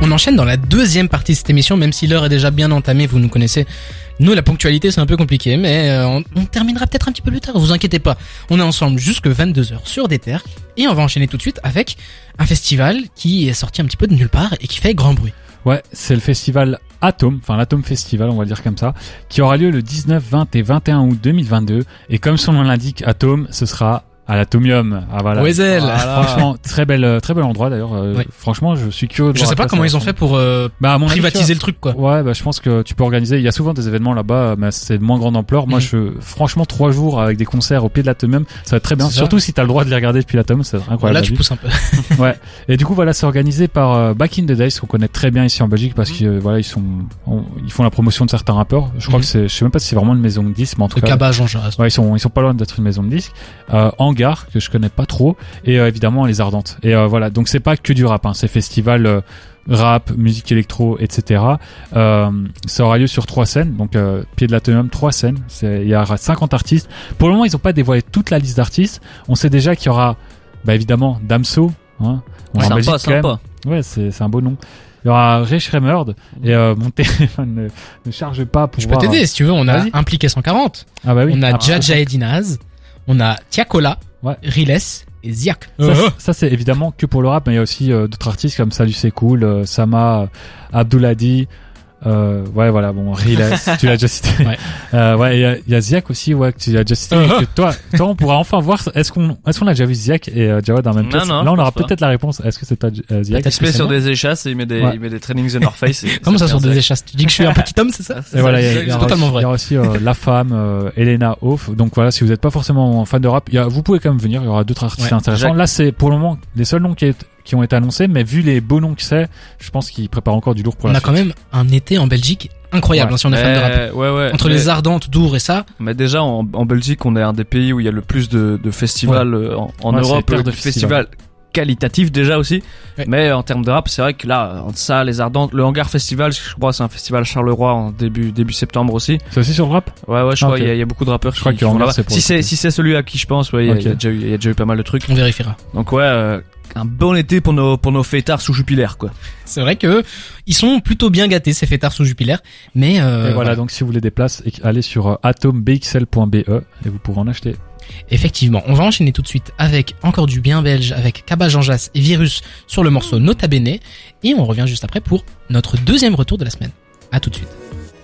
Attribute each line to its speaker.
Speaker 1: On enchaîne dans la deuxième partie de cette émission, même si l'heure est déjà bien entamée, vous nous connaissez. Nous, la ponctualité, c'est un peu compliqué, mais euh, on, on terminera peut-être un petit peu plus tard, vous inquiétez pas. On est ensemble jusque 22h sur des terres, et on va enchaîner tout de suite avec un festival qui est sorti un petit peu de nulle part et qui fait grand bruit.
Speaker 2: Ouais, c'est le festival Atom, enfin l'Atom Festival, on va le dire comme ça, qui aura lieu le 19, 20 et 21 août 2022. Et comme son nom l'indique, Atom, ce sera à l'Atomium. Ah voilà.
Speaker 1: Oisel.
Speaker 2: Ah, franchement, très bel, très bel endroit d'ailleurs. Euh,
Speaker 1: Oui.
Speaker 2: Franchement, je suis curieux. De
Speaker 1: Je
Speaker 2: voir
Speaker 1: sais pas
Speaker 2: après
Speaker 1: comment
Speaker 2: ça.
Speaker 1: ils ont fait pour euh,
Speaker 2: Bah, à mon avis, tu vois,
Speaker 1: privatiser le truc, quoi.
Speaker 2: Ouais, bah, je pense que tu peux organiser. Il y a souvent des événements là-bas, euh, mais c'est de moins grande ampleur. Moi,
Speaker 1: Mhm.
Speaker 2: je, franchement, trois jours avec des concerts au pied de l'Atomium, ça va être très bien.
Speaker 1: C'est ça.
Speaker 2: Surtout si t'as le droit de les regarder depuis l'Atom, c'est incroyable.
Speaker 1: Là,
Speaker 2: la
Speaker 1: tu
Speaker 2: vie.
Speaker 1: pousses un peu.
Speaker 2: Et du coup, voilà, c'est organisé par euh, Back in the Days, qu'on connaît très bien ici en Belgique, parce
Speaker 1: Mhm.
Speaker 2: que euh, voilà, ils sont, on- ils font la promotion de certains rappeurs. Je crois
Speaker 1: Mhm.
Speaker 2: que c'est, je sais même pas si c'est vraiment une maison de 10, mais en tout
Speaker 1: Le
Speaker 2: cas,
Speaker 1: cabage, en général.
Speaker 2: Ouais, ils sont, ils sont pas loin d'être une maison de disques. Euh, Hangar, que je connais pas trop, et euh, évidemment Les Ardentes. Et euh, voilà, donc c'est pas que du rap, hein, c'est festival euh, rap, musique électro, etc. Euh, ça aura lieu sur trois scènes, donc euh, Pied de l'Athénium, trois scènes. C'est- Il y aura 50 artistes. Pour le moment, ils ont pas dévoilé toute la liste d'artistes. On sait déjà qu'il y aura, bah, évidemment, Damso. Hein, On est en
Speaker 3: sympa,
Speaker 2: Belgique, quand même.
Speaker 3: sympa.
Speaker 2: Ouais, c'est c'est un beau nom. Il y aura Ray Schremmerd et euh, mon téléphone ne, ne charge pas pour
Speaker 1: Je peux
Speaker 2: voir.
Speaker 1: t'aider si tu veux, on a
Speaker 2: Vas-y.
Speaker 1: impliqué 140.
Speaker 2: Ah bah oui.
Speaker 1: On a
Speaker 2: Ah,
Speaker 1: Jaja Edinaz, on a Tiakola,
Speaker 2: Ouais. Euh.
Speaker 1: Riles et Ziak.
Speaker 3: Euh.
Speaker 2: Ça, c'est- ça, c'est évidemment que pour le rap, mais il y a aussi euh, d'autres artistes comme Salut C'est Cool, euh, Sama, euh, Abdouladi, euh, ouais voilà, bon, Riles, tu l'as déjà cité.
Speaker 1: Ouais.
Speaker 2: Euh, ouais, il y a- il y, a Ziak aussi, ouais, que tu l'as déjà cité.
Speaker 1: Euh,
Speaker 2: et que toi, toi, on pourra enfin voir, est-ce qu'on est qu'on a déjà vu Ziak et euh, Jawad en même
Speaker 3: Non,
Speaker 2: pièce
Speaker 3: non,
Speaker 2: Là,
Speaker 3: je
Speaker 2: on
Speaker 3: pense
Speaker 2: aura
Speaker 3: pas.
Speaker 2: peut-être la réponse, est-ce que c'est pas euh, Ziak
Speaker 1: Peut-être
Speaker 2: est-ce
Speaker 3: Il
Speaker 2: que
Speaker 3: met
Speaker 2: c'est
Speaker 3: sur
Speaker 2: moi
Speaker 3: des échasses et il met des,
Speaker 2: Ouais.
Speaker 3: il met des trainings de North Face. et
Speaker 1: Comment ça
Speaker 3: fait
Speaker 1: sort
Speaker 3: un
Speaker 1: de des
Speaker 3: sac.
Speaker 1: échasses Tu dis que je suis un petit homme, Ah, c'est ça
Speaker 2: Et voilà, il y a-
Speaker 3: C'est
Speaker 2: il y, a
Speaker 1: totalement
Speaker 2: aussi-
Speaker 1: vrai.
Speaker 2: il y a aussi euh, La Femme, euh, Elena Hoff. Donc voilà, si vous n'êtes pas forcément fan de rap, il y a- vous pouvez quand même venir. Il y aura d'autres artistes
Speaker 1: Ouais,
Speaker 2: intéressants.
Speaker 3: Jacques-
Speaker 2: Là, c'est pour le moment les seuls noms qui, est- qui ont été annoncés, mais vu les beaux noms que c'est, je pense qu'ils préparent encore du lourd pour
Speaker 1: On
Speaker 2: la
Speaker 1: a quand
Speaker 2: suite.
Speaker 1: même un été en Belgique incroyable
Speaker 2: Ouais.
Speaker 1: hein, si on est fan de rap.
Speaker 3: Euh, Ouais, ouais.
Speaker 1: Entre
Speaker 3: mais,
Speaker 1: les Ardentes, Dour et ça,
Speaker 3: mais déjà, en, en Belgique, on est un des pays où il y a le plus de, de festivals euh, en, en
Speaker 2: Ouais, c'est
Speaker 3: Europe,
Speaker 2: terre
Speaker 3: euh,
Speaker 2: de
Speaker 3: de
Speaker 2: festivals.
Speaker 3: festivals qualitatifs déjà aussi.
Speaker 1: Ouais.
Speaker 3: Mais en termes de rap, c'est vrai que là, entre ça, les Ardentes, le Hangar Festival, je crois, c'est un festival Charleroi en début, début septembre aussi.
Speaker 2: C'est aussi sur le rap
Speaker 3: Ouais, ouais, je
Speaker 2: Ah,
Speaker 3: crois,
Speaker 2: ok.
Speaker 3: il y a- il y, a beaucoup de rappeurs
Speaker 2: Je crois
Speaker 3: qui,
Speaker 2: que
Speaker 3: qui vont
Speaker 2: Hangar,
Speaker 3: là-bas.
Speaker 2: c'est pour
Speaker 3: Si
Speaker 2: le
Speaker 3: c'est,
Speaker 2: coup.
Speaker 3: si c'est celui à qui je pense, ouais, il y a-
Speaker 2: Ok.
Speaker 3: il y, a déjà eu- il y a déjà eu pas mal de trucs.
Speaker 1: on vérifiera.
Speaker 3: Donc ouais, euh, un bon été pour nos, pour nos fêtards sous Jupiler, quoi.
Speaker 1: C'est vrai que ils sont plutôt bien gâtés ces fêtards sous Jupiler, mais euh,
Speaker 2: Et voilà, donc si vous voulez des places, et- allez sur euh, atombxl.be E, et vous pourrez en acheter.
Speaker 1: Effectivement, on va enchaîner tout de suite avec encore du bien belge avec Kaba Janjas et Virus sur le morceau Nota Bene et on revient juste après pour notre deuxième retour de la semaine. À tout de suite.